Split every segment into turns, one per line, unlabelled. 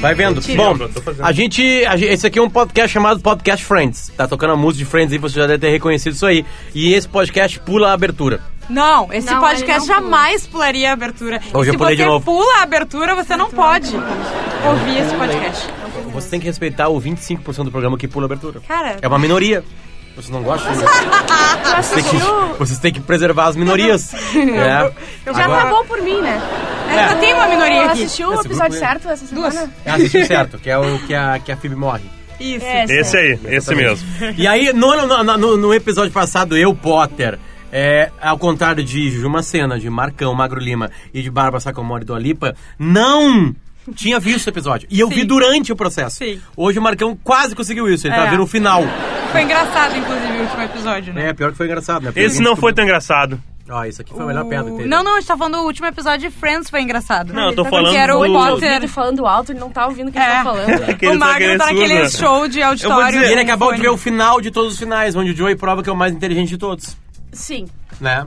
Vai vendo.
Mentira.
Bom,
Lembro, tô fazendo.
a gente, a gente- Esse aqui é um podcast chamado Podcast Friends. Tá tocando a música de Friends aí, você já deve ter reconhecido isso aí. E esse podcast pula a abertura.
Não, esse
Não, ele
podcast
não pula.
jamais pularia a abertura.
Hoje
e
eu
se
pulei
você
de novo.
pula a abertura, você não pode ouvir esse podcast.
Você tem que respeitar o 25% do programa que pula a abertura.
Cara.
É uma minoria. Vocês não gostam? né?
Tu
Tem que-
assistiu?
vocês têm que preservar as minorias. É.
Já
tá
Agora- É.
acabou por mim, né?
Ainda tem É, uma minoria
Tu
aqui.
assistiu o
Esse
episódio
grupo é-
certo essa
Duas.
semana?
É, assistiu certo, que é o que a, que a Phoebe morre.
Isso.
Esse aí, esse mesmo.
E aí, no, no, no- no episódio passado, eu, Potter, é, ao contrário de Juma Cena, de Marcão, Magro Lima e de Bárbara Sacomori do Alipa, não tinha visto esse episódio. E eu vi durante o processo.
Sim.
Hoje o Marcão quase conseguiu isso, ele tá
É.
vendo o final.
Foi engraçado, inclusive, o último episódio, né?
É, pior que foi engraçado, né? Porque
Esse
ele
não foi
descobriu.
tão engraçado.
Ó, isso aqui foi a é melhor pedra que teve.
Não, não, a gente tá falando do último episódio de Friends, foi engraçado.
Não, eu tô
Tá
falando
Que era o
do-
Ele
Potter.
falando alto, ele não tá ouvindo o que ele
É.
tá falando.
Aquele
o Magno tá
daquele
naquele
surdo.
show de auditório.
dizer-
E ele acabou
com
de ver o final de todos os finais, onde o Joey prova que é o mais inteligente de todos.
Sim.
Né?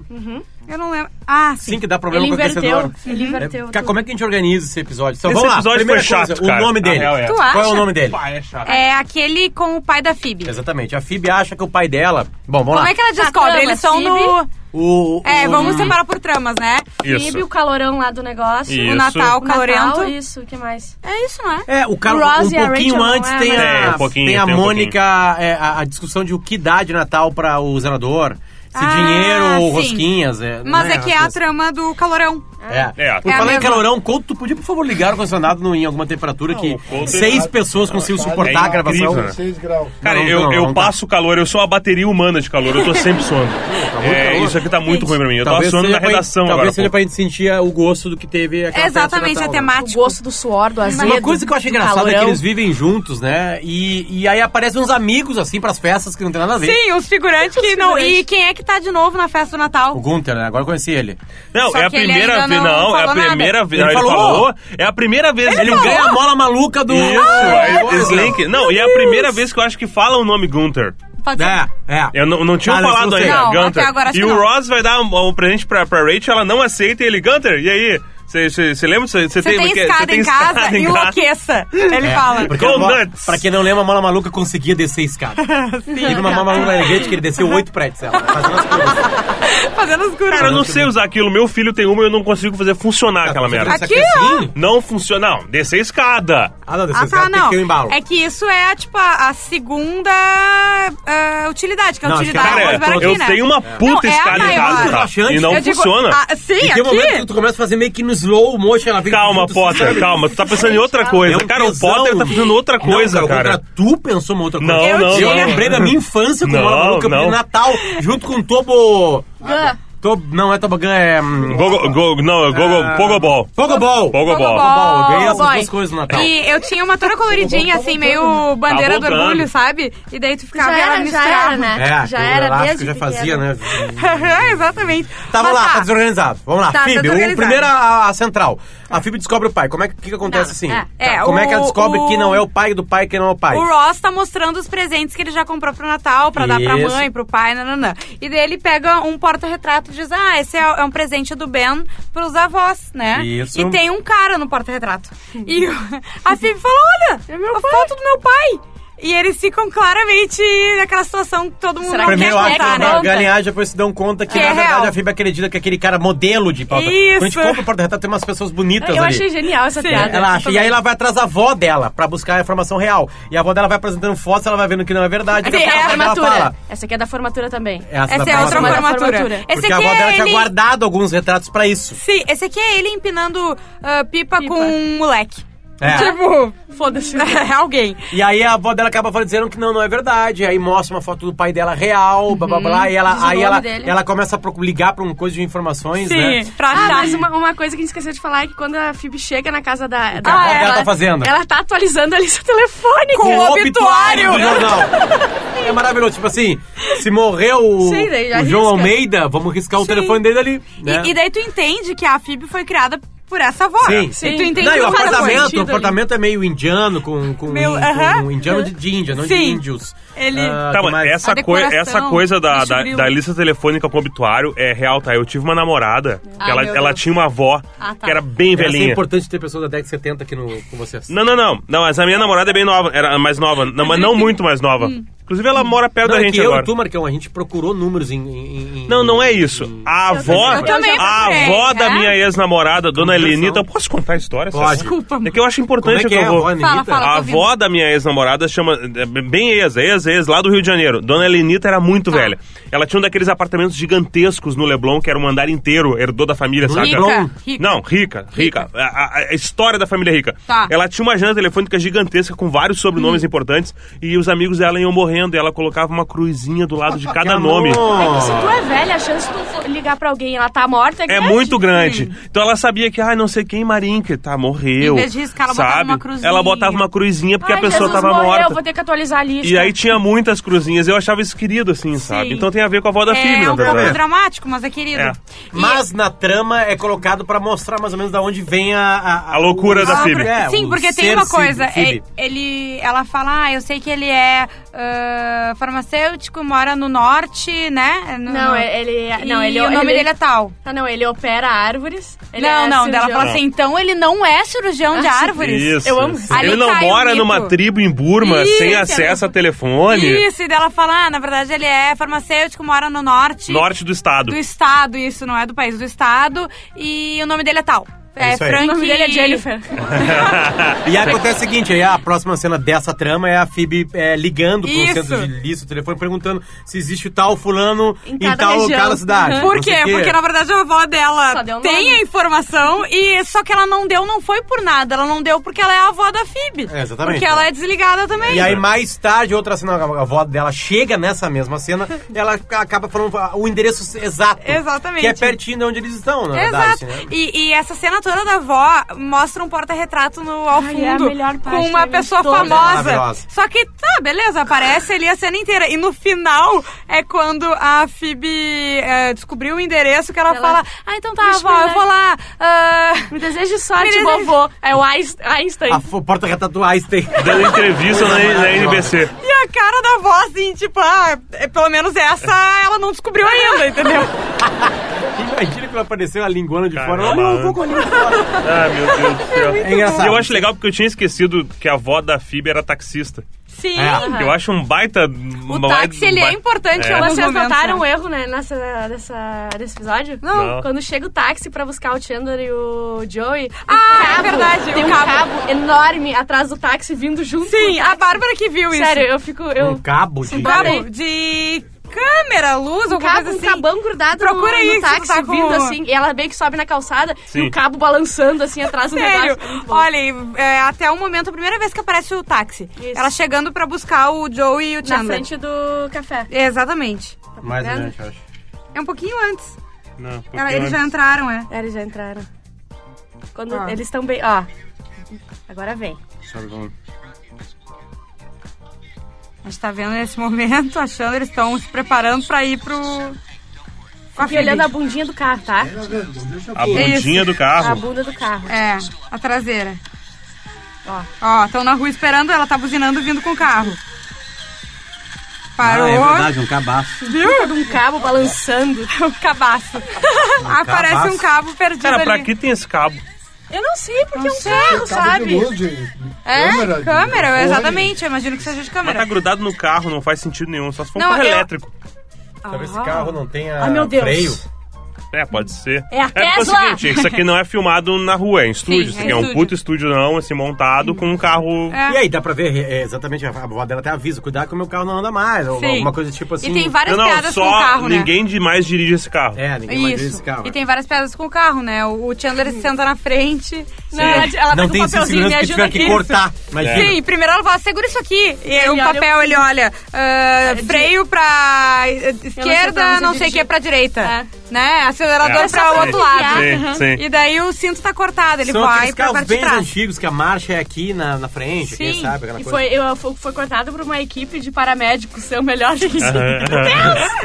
Eu não lembro. Ah, sim.
Sim, que dá problema
Ele
com o aquecedor.
inverteu, ele
É,
inverteu
cara,
tudo.
como é que a gente organiza esse episódio? Então,
Esse
vamos lá.
episódio
Primeira
foi chato,
coisa,
cara.
O nome
Na
dele.
real, é.
Tu
Qual é o
acha?
nome dele?
Pai, é chato.
É aquele com o pai da Phoebe.
Exatamente. A Phoebe acha que o pai dela... Bom, vamos
Como
lá.
é que ela descobre?
Tá, trama,
Eles são no...
O,
É,
o-
vamos separar por tramas, né?
Phoebe, o calorão lá do negócio.
Isso.
O Natal, o
O Natal,
calorento.
isso, o que mais?
É isso, né?
É, o cara, um
Ross e a
pouquinho
Rachel
antes
não é,
tem
né?
a,
Tem, um pouquinho,
tem a
tem um
Mônica, é, a, a discussão de o que dá de Natal pra o zelador. Se
Ah,
dinheiro ou
sim.
rosquinhas. É,
Mas
né,
é que é a
essas-
trama do calorão.
É.
É.
Por
É a
falar em
mesma.
calorão, Couto, tu podia, por favor, ligar o ar-condicionado no- em alguma temperatura que
o Couto-
seis pessoas consigam suportar a gravação?
É incrível, né?
6 graus.
Cara,
Não,
eu,
não,
eu
não tá.
passo calor, eu sou a bateria humana de calor, eu tô sempre suando.
muito
É,
calor.
isso aqui tá muito ruim pra mim. Eu tô suando
seja
na
pra gente-
redação
Talvez
agora.
seja
pô.
pra gente sentir ah, o gosto do que teve aquela festa de
Exatamente,
Natal, né?
é
O
temático.
gosto do suor, do azedo.
Uma coisa que eu acho
do
engraçada é que
calorão.
eles vivem juntos, né? E, e aí aparecem uns amigos, assim, pras festas que não tem nada a ver.
Sim, os figurantes que não.
figurantes.
E quem é que tá de novo na festa do Natal?
O Gunther, né? Agora eu conheci ele.
Não,
Só
é a
que ele
primeira
ainda
vez.
não
Não, é a
falou nada.
primeira vez.
Ele
Ele,
falou.
falou. É a primeira vez.
Ele ganha a mola maluca do...
Isso, é
Slink.
Slink. Não, e é a primeira vez que eu acho que fala o nome Gunther.
Pode ser.
É, é.
Eu não, não tinha
Ah, não,
falado
não sei.
ainda,
Não,
Gunther.
até agora acho
e
que
o
não.
Ross vai dar um, um presente pra, pra Rachel, ela não aceita e ele, Gunther, e aí? Você lembra? Você
Você tem escada em casa, enlouqueça. Ele
É,
fala.
Porque
Go
a mola-
nuts.
pra quem não lembra, a mola maluca conseguia descer a escada. Teve uma mola maluca na Energética que ele desceu oito prédios. Ela, fazendo as coisas.
Fazendo os gurus.
Cara, eu não sei usar aquilo. Meu filho tem uma e eu não consigo fazer
É,
funcionar aquela merda.
Aqui,
Assim?
Não funciona. Não, descer a escada.
Ah, não, desceu
Ah,
a escada,
tá,
tem
não.
que ter um embalo.
É que isso é, tipo, a, a segunda ah, utilidade, que é a
Não, acho que
utilidade.
é-
Cara,
Rosberg
eu
aqui, né?
tenho uma puta
Não, é a
escada em
maior.
casa, tá?
Relaxante.
E não
Eu digo,
funciona.
ah, sim,
E tem um momento que
aqui.
tu começa a fazer meio que no slow motion, ela vem
Calma,
junto, assim,
Potter,
sabe?
calma. Tu tá pensando em outra coisa.
É um
cara, o
tesão.
Potter tá fazendo outra
Não,
coisa,
ao
cara.
contrário, Tu pensou uma outra coisa.
Não,
Eu
não,
tinha.
Eu
não.
lembrei da minha infância com
Não,
o Mola Maluca
não.
de é Natal, junto com o Tobo.
Gã.
Tob- Não é Tobogã, é. hum,
Gogo, go, não, é Gogo,
Ah.
Pogobol.
Pogobol!
Pogobol.
Pogobol.
Pogobol, eu ganhei
Oh,
essas
boy.
duas coisas no Natal.
E eu tinha uma toda coloridinha, assim, meio bandeira do
voltando.
orgulho, sabe? E daí tu ficava
Já
e ela
era, já
misturava.
era, né?
É,
é já
o
era
elástico
desde
já fazia,
pequeno.
né?
É, Exatamente.
Tava
Mas
lá,
tá.
tá desorganizado. Vamos lá,
Tá, tá
Phoebe, o
desorganizado.
primeiro a, a central. A Phoebe descobre o pai. Como é que, que que acontece assim?
Não,
é,
Como é que ela
o-
descobre
o-
que não é o pai do pai que não é o pai?
O Ross tá mostrando os presentes que ele já comprou pro Natal, pra dar pra
Isso.
mãe, pro pai, nananã. E daí ele pega um porta-retrato e diz: Ah, esse é, é um presente do Ben pros avós, né?
Isso.
E tem um cara no porta-retrato. E o- a Phoebe falou: Olha,
É
a foto do meu pai. E eles ficam claramente naquela situação que todo mundo
Será
não
que
Primeiro
quer
é
acho que
contar,
conta?
uma
né?
galinhagem, depois se dão conta que,
Que é
na verdade,
real.
a Phoebe acredita que é aquele cara modelo de pauta.
Isso.
Quando a gente compra o porta-retrato, tem umas pessoas bonitas ali.
Eu
É,
achei genial essa piada.
Então, Ela acha. E aí ela vai atrás da avó dela pra buscar a informação real. E a avó dela vai apresentando fotos, ela vai vendo que não é verdade.
Essa
daqui a
aqui é
pouco
a
a avó dela
formatura.
fala.
Essa aqui é da formatura também.
Essa,
Essa
da
é
avó
outra
dela.
formatura.
formatura.
Porque
Esse
Porque a
aqui
avó dela
é
tinha
ele.
guardado alguns retratos pra isso.
Sim, esse aqui é ele empinando ah, pipa,
Pipa.
com um moleque.
É.
Tipo,
Foda-se.
alguém.
E aí a avó dela acaba falando, dizendo que não, não é verdade. Aí mostra uma foto do pai dela real, blá blá
Uhum.
blá. E
Diz
ela,
o
aí
nome
ela,
dele.
ela começa a procu- ligar pra uma coisa de informações, né?
Sim, pra
Ah,
achar.
mas uma, uma coisa que a gente esqueceu de falar é que quando a Phoebe chega na casa da...
que a
da-
avó dela tá fazendo?
Ela tá atualizando a lista telefônica.
Com o
obituário.
um do jornal. É maravilhoso. Tipo assim, se morreu o,
Sim, daí já
o João
risca.
Almeida, vamos riscar o telefone dele ali. né?
E, e daí tu entende que a Phoebe foi criada por essa avó.
Sim.
E
Sim.
Tu entende
Não, e o
cada coisa.
apartamento,
sentido
o
ali.
apartamento é meio indiano, com, com,
Meu,
com
aham.
indiano de Índia, não de
Sim.
índios.
Ele-
Ah,
Tá,
que
mas
mais?
essa,
A
coi-
decoração,
essa coisa da,
o
da,
chubril.
da lista telefônica com obituário é real, tá? Eu tive uma namorada, que
Ai,
ela,
meu
ela
Deus.
tinha uma avó
Ah, tá.
que era bem
Era sempre
velhinha.
assim, é importante ter pessoas da década de 70 aqui no, com vocês.
Não, não, não. Não, mas a minha namorada é bem nova, era mais nova, não, mas
Hum.
não muito mais nova. Inclusive, ela mora perto
Não,
da
é
gente
que eu
agora.
e tu, Marcão, a gente procurou números em... em- em-
Não, não é isso. A avó,
Eu também
a
procurei,
avó
né?
da minha ex-namorada, dona
Confissão.
Elenita, eu posso contar a história?
Pode.
Desculpa,
É que eu acho
Como é
importante
que é
eu
a
vou.
avó, Anitta?
fala.
A
tô ouvindo.
avó da minha ex-namorada chama. é, Bem ex, ex, ex, lá do Rio de Janeiro. Dona Elenita era muito
Tá.
velha. Ela tinha um daqueles apartamentos gigantescos no Leblon, que era um andar inteiro, herdou da família, sabe?
Leblon?
Rica.
Não, rica, rica. A, a- a história da família é rica.
Tá. Hum.
Ela tinha uma agenda telefônica gigantesca com vários sobrenomes importantes e os amigos dela iam morrendo e ela colocava uma cruzinha do lado de cada nome.
Se tu é velha, a chance de tu for ligar pra alguém e ela tá morta é
É
grande.
muito grande. Então ela sabia que, ah, não sei quem, Marinka, tá, morreu.
Em vez de riscar, ela
sabe?
botava uma cruzinha.
Ela botava uma cruzinha porque
Ai,
a pessoa
Jesus
tava
morreu,
morta.
vou ter que atualizar a lista.
E aí tinha muitas cruzinhas. Eu achava isso querido, assim, sabe? Então tem a ver com a avó da
É
filha, na
um pouco
verdade.
dramático, mas é querido.
É.
né, Mas na trama é colocado pra mostrar mais ou menos da onde vem a...
A loucura da
Ela-
Phoebe.
É,
Sim,
o
porque
ser
tem uma coisa.
Phoebe, Phoebe.
é- ele, ela fala, ah, eu sei que ele é ah, farmacêutico, mora no norte, né? No-
Não, é, ele... Não,
e
ele
o nome dele é tal.
Ah, não, ele opera árvores. Ele
não,
é
não, dela
cirurgião.
fala assim, então ele não é cirurgião de
Ah, sim.
árvores.
Isso.
Eu amo.
Ali
Ele não
cai o
mora
mito.
numa tribo em Burma
Isso,
sem
é
acesso a telefone.
Isso, e dela fala, ah, na verdade ele é farmacêutico, mora no norte.
Norte do estado.
Do estado, isso, não é do país, do estado. E o nome dele é tal.
É
É,
isso aí.
Frank...
O nome dele é Jennifer.
E aí acontece o seguinte, aí a próxima cena dessa trama é a Phoebe é, ligando pro
Isso.
centro de lixo, o telefone, perguntando se existe tal fulano em,
Em cada
tal
região.
local da cidade.
Uhum. Por
não sei
quê?
o
Porque na verdade a avó
Só
dela
deu um nome.
tem a informação e só que ela não deu, não foi por nada. Ela não deu porque ela é a avó da Phoebe.
É, exatamente.
Porque ela é desligada também.
E aí mais tarde, outra cena, a avó dela chega nessa mesma cena, ela acaba falando o endereço exato.
Exatamente.
Que é pertinho de onde eles estão, na verdade. assim,
Exato.
né?
E, e essa cena toda da avó mostra um porta-retrato no ao
Ai,
fundo
é a melhor parte
com uma
da
pessoa
história.
famosa.
é Maravilhosa.
Só que tá, beleza, aparece ali a cena inteira. E no final é quando a Phoebe eh, descobriu o endereço que ela,
Ela-
fala: Ah, então tá,
Deixa
avó,
eu
eu vou lá. ah,
Me deseja sorte,
Me deseja-
vovô. É o Einst- Einstein.
A f- porta-retrato do Einstein.
Dando entrevista na, na NBC.
E a cara da avó, assim, tipo, ah, é- pelo menos essa ela não descobriu ainda, entendeu?
Imagina que apareceu a linguana de fora.
Caramba.
Olha um pouco ali de fora.
Ah, meu Deus do céu.
É engraçado.
E eu acho legal porque eu tinha esquecido que a avó da Phoebe era taxista.
Sim.
É.
Eu acho um baita...
O táxi, ele é importante.
É.
É.
Então, Vocês
momentos,
notaram
né?
um erro né, nessa, nessa, nesse episódio?
Não.
Não.
Quando chega o táxi pra buscar o Chandler e o Joey,
Ah, é
o Um cabo,
verdade,
tem
o
um
cabo.
cabo. enorme atrás do táxi vindo junto. com o
Sim, a
táxi.
Bárbara que viu isso.
Sério, eu fico... Eu,
Um cabo de...
Um
Cabo de câmera, luz,
um
alguma
cabo,
coisa
um
assim.
cabão grudado
Procura
no,
aí se
no
tu
táxi,
tá com-
vindo assim, e ela meio que sobe na calçada
Sim.
e o cabo balançando assim atrás do
Sério,
negócio. Muito bom.
olha, e, é, até o momento, a primeira vez que aparece o táxi.
Isso.
Ela chegando pra buscar o Joe e o
Na
Chandler.
frente do café.
Exatamente.
Mais
vendo?
adiante, eu acho.
É um pouquinho antes.
Não, um
Ela-
pouquinho
eles já
antes.
entraram, é.
É, eles já entraram. Ah. Quando
Ó.
eles estão bem. Ó. Agora vem.
Sabe como?
A gente tá vendo nesse momento, achando eles estão se preparando pra ir pro. com a
E olhando
Phoebe.
a bundinha do carro, tá?
A bundinha do
A
carro.
bunda do carro.
É, a traseira. Ó, estão na rua esperando, ela tá buzinando vindo com o carro.
Ah,
Parou,
é verdade, um cabaço.
viu?
Todo um cabo balançando.
O cabaço. Aparece
cabaço.
um cabo perdido
Cara,
ali.
pra que tem esse cabo?
Eu não sei porque é um
Cabo
carro,
de
sabe?
luz, de
É,
câmera,
câmera,
de
eu-
fone.
exatamente. Eu imagino que seja de
Mas tá
câmera.
grudado no carro, não faz sentido nenhum. Só se for um
Não,
carro
eu-
elétrico.
Talvez esse carro não tenha
Ai, meu Deus.
freio.
É, pode ser.
É a
porque o
Tesla!
seguinte, isso aqui não é filmado na rua, é em estúdio.
Sim,
isso
é
aqui é, um
estúdio.
puto estúdio não, assim, montado com um carro...
É.
E aí, dá pra ver é, exatamente, a avó dela até avisa, cuidado que o meu carro não anda mais, ou
Sim.
alguma coisa tipo assim.
E tem várias
Não, não,
piadas com o
só
carro, né?
ninguém demais dirige esse carro.
É, ninguém mais vê
Isso.
esse carro.
E tem várias piadas com o carro, né? O o Chandler se senta na frente. né? tá
Não, ela,
não
ela pega
tem
um
esse
papelzinho, me
segurança que
ajuda
tiver que
aqui.
cortar, imagina.
Sim, primeiro ela fala, segura isso aqui. E aí
Ele
o
olha
papel, ele olha, ah,
de-
freio pra esquerda,
pra
não
você
sei o que é
dirigir.
pra direita.
É.
Né? Acelerador
É.
pra
Sim,
o outro lado.
sim, sim.
E daí o cinto tá cortado, ele
São
vai
aqueles
pra
carros
parte de
bem
trás.
antigos, que a marcha é aqui na, na frente, quem
Sim.
sabe, aquela
E
coisa.
foi, eu, foi, foi cortado por uma equipe de paramédicos, seu melhor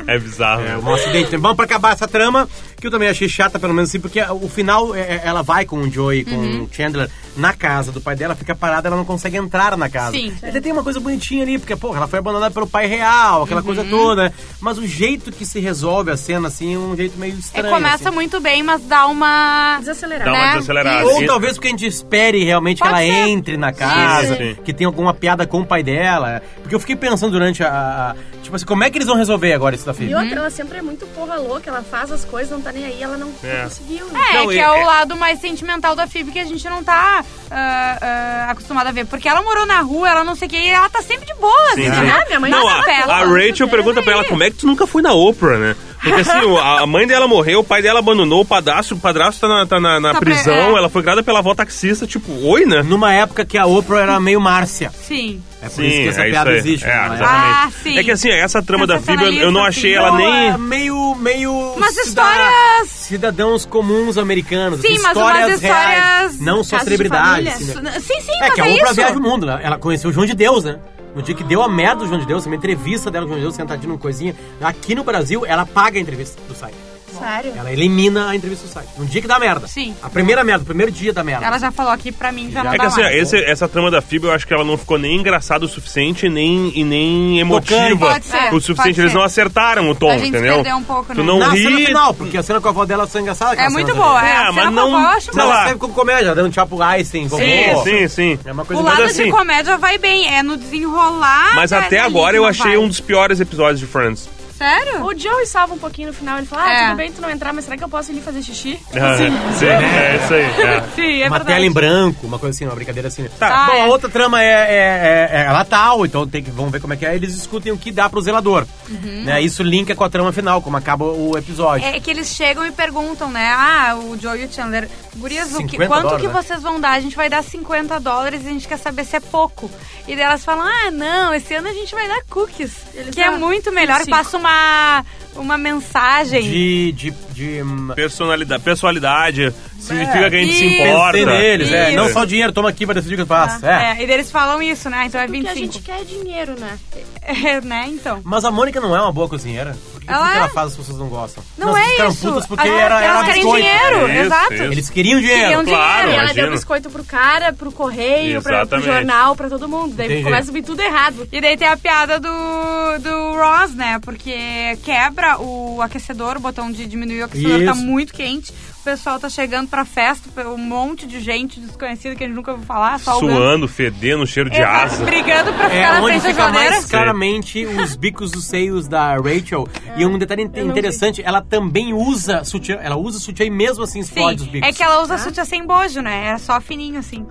É bizarro.
É um acidente. Vamos pra acabar essa trama. que eu também achei chata, pelo menos assim, porque o final é- é- ela vai com o Joey, com
Uhum.
o Chandler, na casa do pai dela, fica parada, ela não consegue entrar na casa.
Sim.
Até tem uma coisa bonitinha ali, porque, porra, ela foi abandonada pelo pai real, aquela coisa
Uhum.
toda, né? Mas o jeito que se resolve a cena, assim, é um jeito meio
É,
estranho.
começa
assim.
muito bem, mas dá uma.
Desacelerar.
Dá uma
né?
desacelerada.
Ou
E-
talvez porque a gente espere realmente
Pode
que ela
ser.
entre na casa,
Sim, sim.
que tenha alguma piada com o pai dela. Porque eu fiquei pensando durante a, a- a- Tipo assim, como é que eles vão resolver agora isso da
E
filha?
outra, ela sempre é muito porra louca, ela faz as coisas, não tá nem aí, ela não,
É.
não conseguiu.
É,
Não,
que
e-
é o
é-
lado mais sentimental da Phoebe que a gente não tá ah, ah, acostumada a ver. Porque ela morou na rua, ela não sei o que, e ela tá sempre de boa,
Sim,
assim,
sim.
né?
Ah, minha mãe
não,
tá
a,
na tela,
a
tá na
Rachel
tela.
pergunta pra ela como é que tu nunca foi na Oprah, né? Porque assim, o- a a mãe dela morreu, o pai dela abandonou, o padrasto, o padrasto tá na, tá na- na
Tá pre-
prisão,
é.
ela foi criada pela avó taxista, tipo, oi, né?
Numa época que a Oprah era meio Márcia.
Sim.
É por isso que essa
é
piada
aí.
existe.
É,
não é?
exatamente.
Ah, sim.
É que assim, essa trama da Phoebe, eu- eu não
Sensacionalista,
achei
sim.
ela
Então,
nem...
é meio, meio...
Umas
cida-
histórias-
Cidadãos comuns americanos.
Sim,
assim,
mas
histórias
umas histórias-
Reais, não só
Casos de
celebridades.
família.
assim, né?
Sim, sim,
É
mas
que
é,
a Oprah
isso.
viaja o mundo. né? Ela conheceu o João de Deus, né? No dia que deu a merda do João de Deus, uma entrevista dela com o João de Deus, sentadinha numa coisinha. Aqui no Brasil, ela paga a entrevista do site.
Sério?
Ela elimina a entrevista do site. No dia que dá merda.
Sim.
A primeira merda, o primeiro dia da merda.
Ela já falou aqui pra mim, já tá não
É que
dá
assim, ó,
mais.
esse- essa trama da Phoebe, eu acho que ela não ficou nem engraçada o suficiente e nem, e nem
Tocante.
emotiva
Pode ser,
o suficiente.
pode
Eles
ser.
não acertaram o tom,
A gente
entendeu?
perdeu um pouco,
Tu
né?
não
Na cena
ri...
final, porque a cena com a avó dela é engraçada. aquela
É muito
cena
boa,
dela.
é.
É,
A
mas
cena com a
não-
avó eu acho
sei
Ela
lá.
boa.
serve como comédia, dando tchau pro Einstein, vovô.
Sim, sim, sim.
É uma coisa
O
mais
lado
assim-
de comédia vai bem, é no desenrolar.
Mas
da-
até
da
agora
gente
eu
tá não
achei
vai.
um dos piores episódios de Friends.
Sério?
O Joey salva um pouquinho no final, ele fala, ah,
É.
tudo bem tu não entrar, mas será que eu posso ir ali fazer xixi?
Ah, é. Sim, é isso aí. é.
Sim, é
uma
verdade.
tela em branco, uma coisa assim, uma brincadeira assim.
Tá.
Bom,
Ah, é.
a outra trama é, é, é- é Natal, então tem que, vamos ver como é que é. Eles escutem o que dá pro zelador.
Uhum.
Né? Isso linka com a trama final, como acaba o episódio.
É que eles chegam e perguntam, né? Ah, o Joe e o Chandler, gurias, o que,
50
quanto
dólares,
que
né?
vocês vão dar? A gente vai dar 50 dólares e a gente quer saber se é pouco. E daí elas falam, ah, não, esse ano a gente vai dar cookies,
Eles
que é
dão
muito melhor.
25.
Passa uma, uma mensagem.
De, de, de, hum,
Personalidade, pessoalidade, significa que a gente se
É. Isso.
importa.
pensei neles, é.
Isso.
Não só o dinheiro, toma aqui pra decidir o que eu faço.
É.
É.
e daí eles falam isso, né? Ah, Então é
Porque a gente
25.
quer dinheiro, né?
É, né? Então.
Mas a Mônica não é uma boa cozinheira. Por que, que
Ela
tudo que
é?
ela faz as pessoas não gostam?
Não
Nossa,
é
eles ficaram
isso.
putas porque
Elas-
era, era É
elas querem
biscoito.
dinheiro,
Isso,
exato.
isso.
Eles queriam dinheiro.
Queriam
Claro,
E ela
imagina.
deu biscoito pro cara, pro correio, pra, pro
Exatamente.
jornal, pra todo mundo. Daí
Entendi.
começa a vir tudo errado.
E daí tem a piada do, do Ross, né? Porque quebra o aquecedor, o botão de diminuir o aquecedor tá
Isso.
muito quente. O pessoal tá chegando pra festa, um monte de gente desconhecida que a gente nunca ouviu falar, só o
Suando, fedendo, cheiro de
Exato,
asa.
Brigando pra
É
ficar na
onde
frente da
fica
geladeira.
mais claramente os bicos dos seios da Rachel. E um detalhe in- interessante, ela também usa sutiã. Ela usa sutiã e mesmo assim explode os
Sim,
bicos.
é que ela
Ah.
usa sutiã sem bojo, né? É só fininho, assim.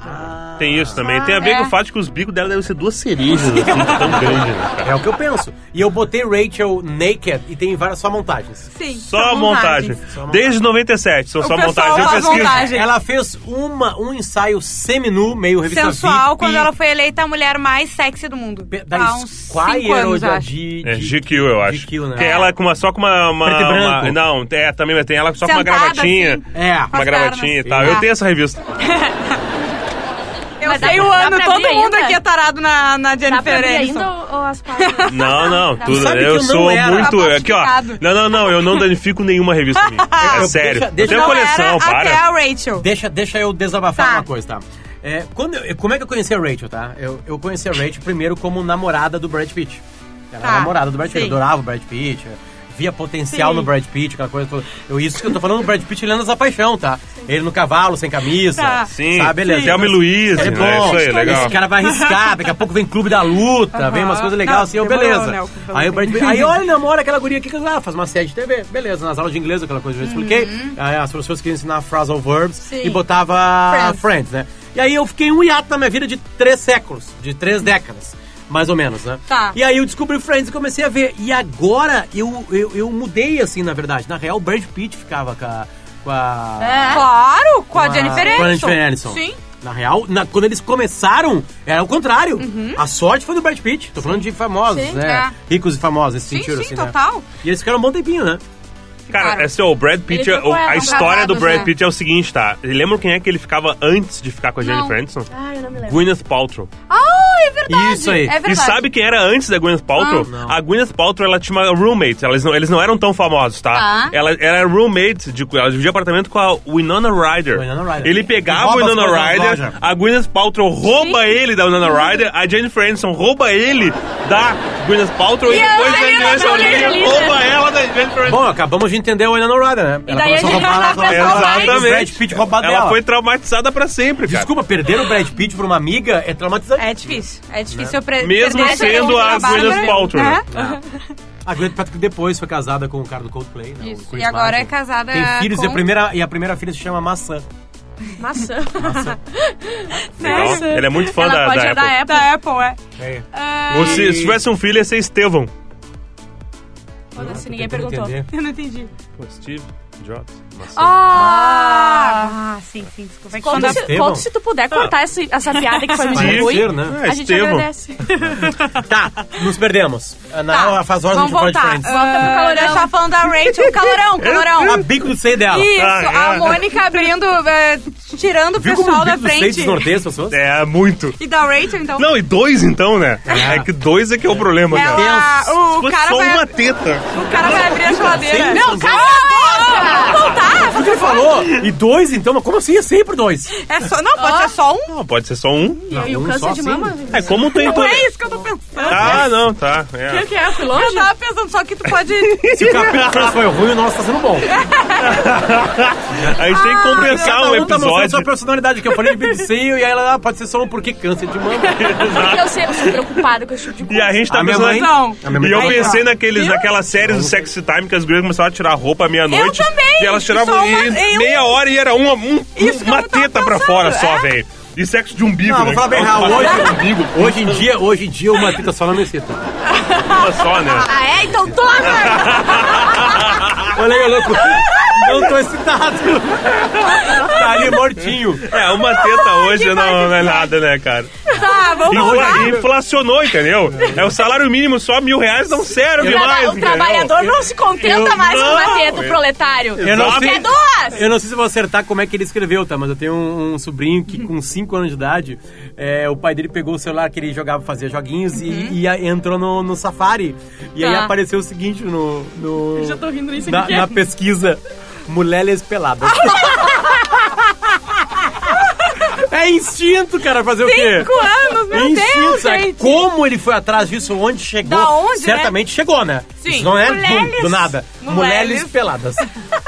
Tem isso também. Tem a ver
é.
com o fato de que os bicos dela devem ser duas cerejas, assim, de tão grande, né, cara?
É o que eu penso. E eu botei Rachel naked e tem várias só montagens.
Sim.
Só a montagem.
Só montagem.
Desde 97, são
O
só
pessoal
montagens. Eu
faz
pesquiso.
montagem. Gente.
Ela fez uma, um ensaio seminu, meio revista
Sensual,
VIP,
quando ela foi eleita a mulher mais sexy do mundo.
pe-
Há
da
uns
Squire
cinco
ou
anos,
da
acho.
G,
É, GQ, eu acho.
GQ, né?
Que ela com uma, só com uma. uma-
Preto e branco.
uma- não, é, também, mas tem ela só com uma
Sentada,
gravatinha.
assim.
É.
Uma
as
gravatinha e
pernas.
tal.
Ah.
Eu tenho essa revista.
Eu
Mas dá
sei o
pra- dá
ano,
pra
todo
abrir
mundo
ainda?
aqui é tarado na, na
Dá pra
Jennifer
abrir
Aniston.
ainda ou, ou as páginas?
Não, não, tudo.
sabe que
eu
eu não
sou
era.
muito.
Tá
Aqui, ó.
plastificado.
Não, não, não, eu não danifico nenhuma revista minha. É
Eu-
sério.
deixa- deixa
eu tenho
eu-
coleção,
era até
para.
a Rachel.
Deixa, deixa eu desabafar
Tá.
uma coisa, tá? É, quando eu- como é que eu conheci a Rachel, tá? Eu, eu conheci a Rachel primeiro como namorada do Brad Pitt. Ela
Tá.
era namorada do Brad Pitt, eu
Sim.
adorava o Brad Pitt, eu via potencial no Brad Pitt, aquela coisa toda. Eu, isso que eu tô falando do Brad Pitt, ele anda na paixão, tá? Ele no cavalo, sem camisa,
Tá.
Sim,
sabe? Ele
Thelma e Louise,
é
né?
bom.
Isso aí, legal.
Esse cara vai arriscar, daqui a pouco vem Clube da Luta, vem umas coisas legais
Ah. Não,
assim, eu,
demorou,
beleza.
né, o Clube da
aí o
Luta.
Brad Pitt, aí olha, namora aquela guria aqui, que lá, faz uma série de TV, beleza, nas aulas de inglês, aquela coisa que
Uhum.
eu já expliquei. Aí as pessoas queriam ensinar phrasal verbs e botava
Friends.
Friends. né? E aí eu fiquei um hiato na minha vida de três séculos, de três décadas. Mais ou menos, né?
Tá.
E aí eu descobri Friends e comecei a ver. E agora eu, eu, eu mudei, assim, na verdade. Na real, o Brad Pitt ficava com a. Com a
É. Claro, com a
com
Jennifer
com a
Aniston.
Jennifer Aniston.
Sim.
Na real, na- quando eles começaram, era o contrário. A sorte foi do Brad Pitt. Tô falando de famosos,
Uhum. Sim, é.
né? Ricos e famosos, nesse
Sim,
sentido,
sim,
assim, né?
total.
E eles ficaram um bom tempinho, né?
Cara,
ficaram.
é seu, o Brad Pitt, é-
trocou
o-
ela,
a história do
casados,
Brad
né?
Pitt é o seguinte, tá? Lembra quem é que ele ficava antes de ficar com a Jennifer Aniston?
Ah, eu não me lembro.
Gwyneth Paltrow.
Ah, é verdade.
Isso aí.
É verdade.
E sabe quem era antes da Gwyneth Paltrow?
Ah. Não.
A Gwyneth Paltrow, ela tinha uma roommate. Elas não, eles não eram tão famosos, tá?
Tá.
Ela era roommate, de, ela dividia apartamento com a Winona Ryder.
Winona Ryder.
Ele
Que
pegava a
rouba as
Winona
coisas da
Ryder,
loja.
a Gwyneth Paltrow rouba ele da Winona Ryder, a Jennifer Aniston rouba ele da Gwyneth Paltrow e,
E a
depois a
Angelina
Jennifer
Jolie.
Aniston rouba ela da Jennifer Aniston.
Bom, acabamos de entender o Ana Norada, né?
E daí a gente vai
ela
pra
começou a
salvar
falar do
Exatamente.
Brad Pitt roubar
Ela
dela.
foi traumatizada pra sempre, cara.
Desculpa, perder o Brad Pitt pra uma amiga é traumatizante.
É difícil. É difícil eu pre-
Mesmo
perder essa
sendo
questão
a
de trabalho.
Gwyneth Paltrow.
É.
A Gwyneth Paltrow Ah, depois foi casada com o cara do Coldplay, né?
Isso.
O Chris
E agora
Martin.
é casada
Tem filhos e, a
com-
primeira, e a primeira filha se chama Maçã.
Maçã.
Legal.
Nossa.
Ele é muito fã
Ela
da,
pode
da
é
Apple.
da Apple.
Da Apple, é.
É.
Ah,
Ou se, se tivesse um filho, ia ser Estevão.
Foda-se,
tô
ninguém
tentando
perguntou.
entender.
eu não entendi.
Steve Jobs. Tá.
Ah, sim, sim. Desculpa. É que quando
Conta
a-
Sim.
se,
Estevão.
conta se tu puder cortar esse- essa piada que foi muito
Mas
ruim.
ser,
É.
né?
A gente agradece.
Tá, nos perdemos. Na,
Tá,
faz horas Ah, a gente
Vamos
fala de
tá
voltar.
Friends.
Volta pro calorão. Eu tava Ah, falando da Rachel. Calorão, calorão.
A bico do seio dela.
Isso,
Ah, é.
a Mônica abrindo, eh, tirando o
Viu como
pessoal
o
da
bico do seio
frente.
desnorteia as pessoas?
É, muito.
E da Rachel, então.
Não, e dois então, né?
É.
É que dois é que é o problema, cara.
Deus.
Ela,
Se
o,
fosse
cara
só
vai,
uma teta.
o cara vai abrir a geladeira.
Sem
Não,
noção.
cala a boca! Vamos voltar!
O que ele falou? E dois, então? Mas como assim? É sempre dois.
É só, não, pode ser só um.
Não, pode ser só um.
Não,
E o
um
câncer
só
de
assim.
mama?
É, como tem...
Não é isso que eu tô pensando.
Ah, não, tá. É.
O que é? Fui
Eu
longe?
tava pensando só que tu pode...
Se o capítulo Friends foi ruim, o nosso tá sendo
É,
bom.
A gente
Ah,
tem que compensar
Cada um tá
um
mostrando sua
episódio.
personalidade, que eu falei de bico do seio, e aí ela, ah, pode ser só um porque câncer de mama.
Porque eu, sei, eu sou preocupada com esse tipo de coisa.
E a gente tá
A minha
pensando...
mãe-
Não.
A minha mãe tá
E eu
fala-
pensei naqueles, naquela série do Sexy Time que as gurias começaram a tirar a roupa à meia-noite.
Eu também.
E elas
Só
tiravam
uma-
e
em um-
meia hora e era uma, um-
Isso que
uma
eu tava
teta pra
pensando,
fora só,
é.
velho. E sexo de umbigo.
Não, "Ah, vou
né?
falar bem real.
Só
Hoje,
de umbigo,
Hoje em dia, hoje em dia, uma teta só não me excita.
uma só, né?
Ah, é? Então toma!
Olha aí, louco. Não tô excitado. Tá ali mortinho.
É, uma teta hoje
Ah, que
não, não é nada, né, cara?
Tá, vamos
Infla-
voltar.
inflacionou, entendeu? É o salário mínimo só mil reais não serve
é
Traba-
mais.
o
entendeu?
trabalhador não se contenta
Eu
mais com
não,
uma teta,
eu-
o proletário.
Eu não,
Exato.
sei,
é
Quer duas?
eu não sei se vou acertar como é que ele escreveu, tá? Mas eu tenho um, um sobrinho que com 5 anos de idade, é, o pai dele pegou o celular que ele jogava, fazia joguinhos e,
Uhum.
e a- entrou no, no Safari. E aí
Tá.
apareceu o seguinte no... no-
Eu já tô rindo, nem sei o
na,
que que é.
na pesquisa, mulheres peladas. é instinto, cara, fazer o quê?
Cinco anos, meu
É
Deus,
sabe?
gente.
Como ele foi atrás disso, onde chegou?
Da onde, né?
Certamente chegou, né?
Sim.
Isso não é
Mulheres.
do, do nada. Mulheres,
Mulheres.
peladas.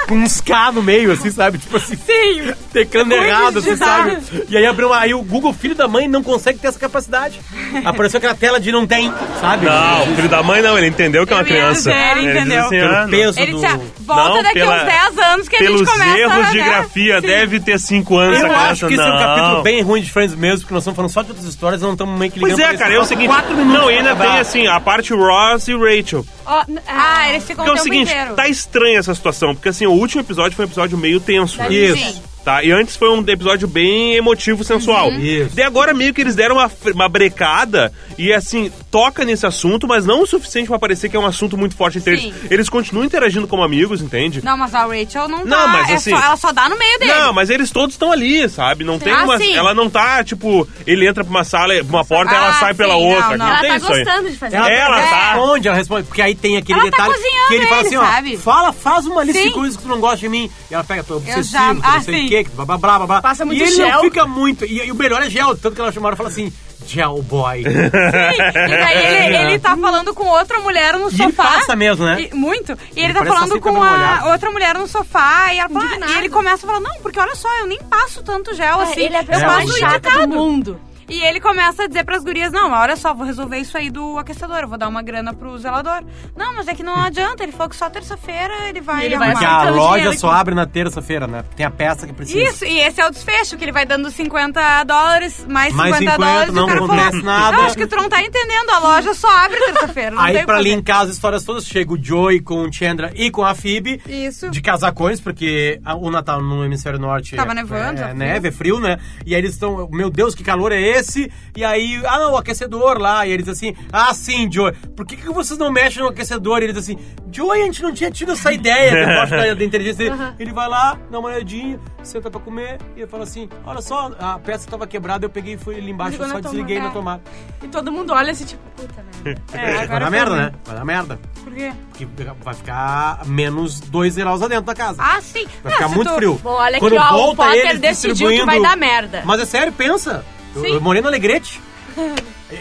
Com uns K no meio, assim, sabe? Tipo assim,
Sim.
tecando errado, assim,
digitar.
sabe? E aí abriu uma, aí o Google, filho da mãe, não consegue ter essa capacidade. Apareceu aquela tela de não tem, sabe?
Não, o filho da mãe não, ele entendeu que é uma
Eu ia
criança.
dizer, ele
Ele diz
entendeu.
assim,
Pelo
ah, não.
peso
Ele
do...
disse, ah, volta
Não,
daqui
pela-
uns 10 anos que a gente
Pelos
começa,
erros de
né?
grafia,
Sim.
deve ter 5 anos
Eu
essa
acho
criança,
que esse é um
não.
capítulo bem ruim de Friends mesmo, porque nós estamos falando só de outras histórias, não estamos meio que ligando
Pois é,
pra
cara,
isso.
é o seguinte.
Quatro minutos
não,
pra
ainda
acabar.
tem assim, a parte Ross e Rachel.
Ó, n- ah,
Ah, eles ficam
Porque é
o
o
tempo
seguinte,
inteiro.
tá estranha essa situação, porque assim, o último episódio foi um episódio meio tenso. né?
Isso.
Tá, e antes foi um episódio bem emotivo, sensual.
Isso.
E agora meio que eles deram uma, fre- uma brecada e assim, toca nesse assunto, mas não o suficiente pra parecer que é um assunto muito forte entre
Sim.
eles. Eles continuam interagindo como amigos, entende?
Não, mas a Rachel não,
Não,
dá.
mas
é
assim-
só- ela só dá no meio dele.
Não, mas eles todos estão ali, sabe? Não tem
Ah,
uma.
sim.
Ela não tá, tipo, ele entra pra uma sala, pra uma porta e ela
Ah,
sai
sim,
pela
não,
outra.
não.
Não,
Ela
tem
tá
isso aí.
gostando de fazer
Ela,
Ela
ela
tá-
responde, é, ela responde. Porque aí tem aquele
Ela tá
detalhe
cozinhando
que ele fala
ele,
assim, ó,
sabe?
fala, faz uma lista de
Sim.
coisas que tu não gosta de mim. E ela pega, tu é obsessivo,
já-
tu
ah,
não sei o
sim.
quê, que blá, blá, blá, blá, blá.
Passa muito
e ele não
gel.
fica muito. E, e o melhor é gel, tanto que ela chamaram e fala assim, gel boy.
E daí ele, ele tá falando com outra mulher no
E
sofá.
ele passa mesmo, né?
E- muito. E ele,
Ele
tá
parece
falando
assim,
com
cabelo
a
molhado.
outra mulher no sofá e, ela fala-
Indignado.
e ele começa a falar, não, porque olha só, eu nem passo tanto gel assim.
Ele é a
eu
pessoa mais
passo
chata do
indicado.
mundo.
E ele começa a dizer pras gurias, não, olha só, vou resolver isso aí do aquecedor, eu vou dar uma grana pro zelador. Não, mas é que não adianta, ele falou que só terça-feira ele vai
E ele vai
arrumar.
Porque
Mas
a
então,
loja
dinheiro
só abre na terça-feira, né? Tem a peça que precisa.
Isso, e esse é o desfecho, que ele vai dando 50 dólares, mais 50,
Mais 50,
dólares,
não
e o cara
acontece
falou,
nada.
Não, acho que tu não tá entendendo, a loja só abre terça-feira. não tem
Aí
o
pra
que fazer."
linkar as histórias todas, chega o Joey com o Chandra e com a Phoebe.
Isso.
De casacões, porque a- o Natal no hemisfério norte...
Tava nevando,
É, é
frio.
neve, é frio, né? E aí eles estão... Meu Deus, que calor é esse, e aí, ah não, o aquecedor lá, e eles assim, ah sim, Joey, por que, que vocês não mexem no aquecedor? E eles assim, Joey, a gente não tinha tido essa ideia, depois da, da inteligência dele. Ele vai lá, dá uma olhadinha, senta pra comer, e ele fala assim, olha só, a peça tava quebrada, eu peguei e fui ali embaixo,
Ligou
eu só
na tomada.
desliguei na
É.
tomada.
E todo mundo olha assim, tipo,
Puta merda.
É, vai dar merda, né? Vai dar merda.
Por quê?
Porque vai ficar menos 2 graus lá dentro da casa.
Ah, sim.
Vai ficar
se
muito
tu-
frio.
Bom, olha aqui,
Quando
ó, o
volta
Potter
eles
decidiu que
distribuindo-
vai dar merda.
Mas é sério, pensa. Eu,
Sim.
eu morei no Alegrete.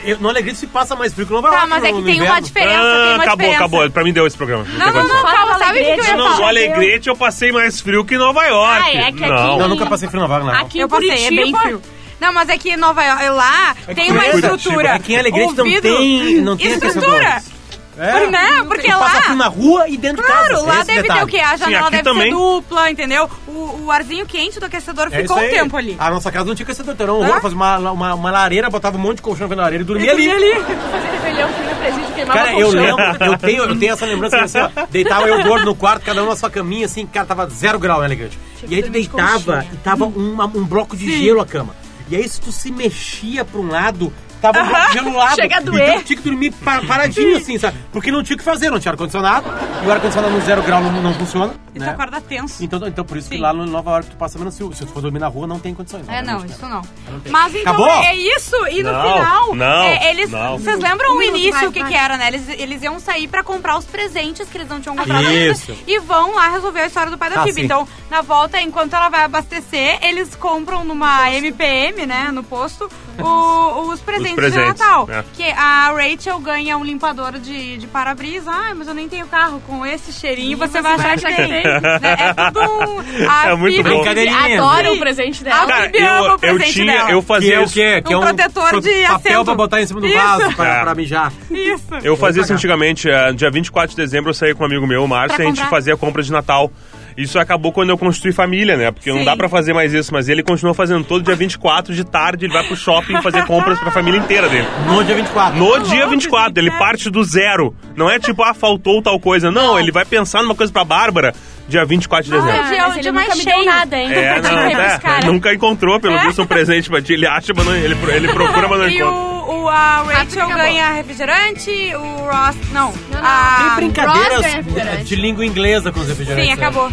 Eu- no Alegrete se passa mais frio que Nova
Tá,
York
mas
no-
é que
no
tem uma
inverno.
diferença, tem uma
Ah, acabou,
diferença.
acabou. Pra mim deu esse programa. Não,
Não,
tem
não, não,
condição.
Fala,
calma, sabe o que que eu ia
Alegrete.
Não,
falar?
no Alegrete eu passei mais frio que em Nova York.
Ah, é que aqui-
não.
Não, eu nunca passei frio em Nova York, não.
Aqui em
Eu passei, é bem
Curitiba,
frio. Não, mas é que Nova York, lá,
É que
tem uma
Curitiba-
estrutura.
É que em Alegrete
O
não
vidro-
tem- não tem
estrutura.
aquecedores.
Por- né?
E
Porque
passa frio
lá...
na rua e dentro de casa.
Claro, lá
esse
deve
detalhe.
ter o quê? A janela
aqui
deve
também.
ser dupla, entendeu? O, o arzinho quente do aquecedor
É
ficou
isso
um
aí.
tempo ali.
A nossa casa não tinha aquecedor, era um horror.
Ah.
Fazia uma, uma, uma lareira, botava um monte de colchão na lareira e dormia
E
ali. Ah.
ali.
Fazer rebelião, fui no presídio, queimava
Cara, eu
colchão.
lembro, eu tenho, eu tenho essa lembrança de assim, ó, deitava eu gordo no quarto, cada um na sua caminha, assim, cara, tava zero grau, né, elegante. E aí
dormir de
tu deitava
conchinha.
e tava uma- um bloco de gelo a cama. E aí se tu se mexia pra um lado, tava um bloco de gelo no lado.
Chega a doer.
Então eu tinha que dormir pa- paradinho, assim, sabe? Porque não tinha o que fazer, não tinha ar-condicionado, e o ar-condicionado no zero grau não, não funciona,
Isso
é
né?
acorda tenso.
Então, então por isso que
Sim.
lá no Nova York tu passa menos frio. Se tu for dormir na rua, não tem condições.
É, não,
obviamente,
isso
né?
não.
tem.
Mas então
Acabou?
é isso, e no
Não,
final,
não,
é, eles.
não.
Vocês lembram
Um
o
minuto,
início
vai,
o que,
vai.
que era, né? Eles, eles iam sair pra comprar os presentes que eles não tinham comprado
Isso.
ainda. E vão lá resolver a história do pai
Ah,
da Phoebe.
sim.
Então, na volta, enquanto ela vai abastecer, eles compram numa MPM, né? No posto, o- os presentes,
presentes,
de Natal.
é.
Que a Rachel ganha um limpador de, de para-brisa. Ah, mas eu nem tenho carro. Com esse cheirinho, você vai achar que tem. né? É tudo um. a
É muito
Phoebe-
bom.
Brincadeirinha.
Adoro
Sim.
o presente dela.
Cara,
Bianca, o
eu, eu
presente
tinha,
dela.
eu
Que é
fazia
o
isso.
quê? Que é
Um protetor
pro-
de
Papel
assento.
pra botar em cima do
Isso.
vaso, pra,
É.
pra mijar.
Isso.
Eu fazia isso
pagar.
antigamente. eh, Dia 24 de dezembro eu saí com um amigo meu, o Márcio,
Pra
e a gente
comprar.
fazia compra de Natal. Isso acabou quando eu constituí família, né? Porque não
Sim.
dá pra fazer mais isso, mas ele continua fazendo todo dia 24 de tarde, ele vai pro shopping fazer compras pra família inteira dele.
No dia 24.
No dia
louco,
24, ele
gente, é.
parte do zero. Não é tipo, ah, faltou tal coisa. Não, ele vai pensar numa coisa pra Bárbara dia 24 de
é.
dezembro.
Ah, mas
de
ele
mais
nunca me deu
cheio.
nada, Tá, hein?
É, não,
Sempre
tá.
é,
os caras.
nunca encontrou, pelo visto, um presente pra ti. Ele acha, mas não, ele, ele procura, mas não
E
encontra.
o, o- a
Rápido,
Rachel
acabou.
ganha refrigerante, o Ross. Não.
não.
Tem
a-
brincadeiras
Rosa é refrigerante.
de língua inglesa com os refrigerantes.
Sim,
né?
acabou.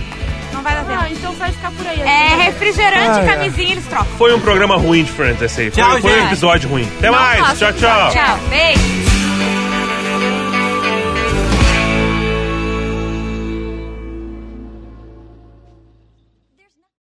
Não vai dar
Ah,
tempo.
então vai ficar por aí.
É
assim.
refrigerante,
Ah, é.
camisinha, eles trocam.
Foi um programa ruim de Friends, esse aí. Foi,
Tchau,
foi um
gente.
episódio ruim. Até mais.
faça
Tchau, tchau.
Tchau. Beijo.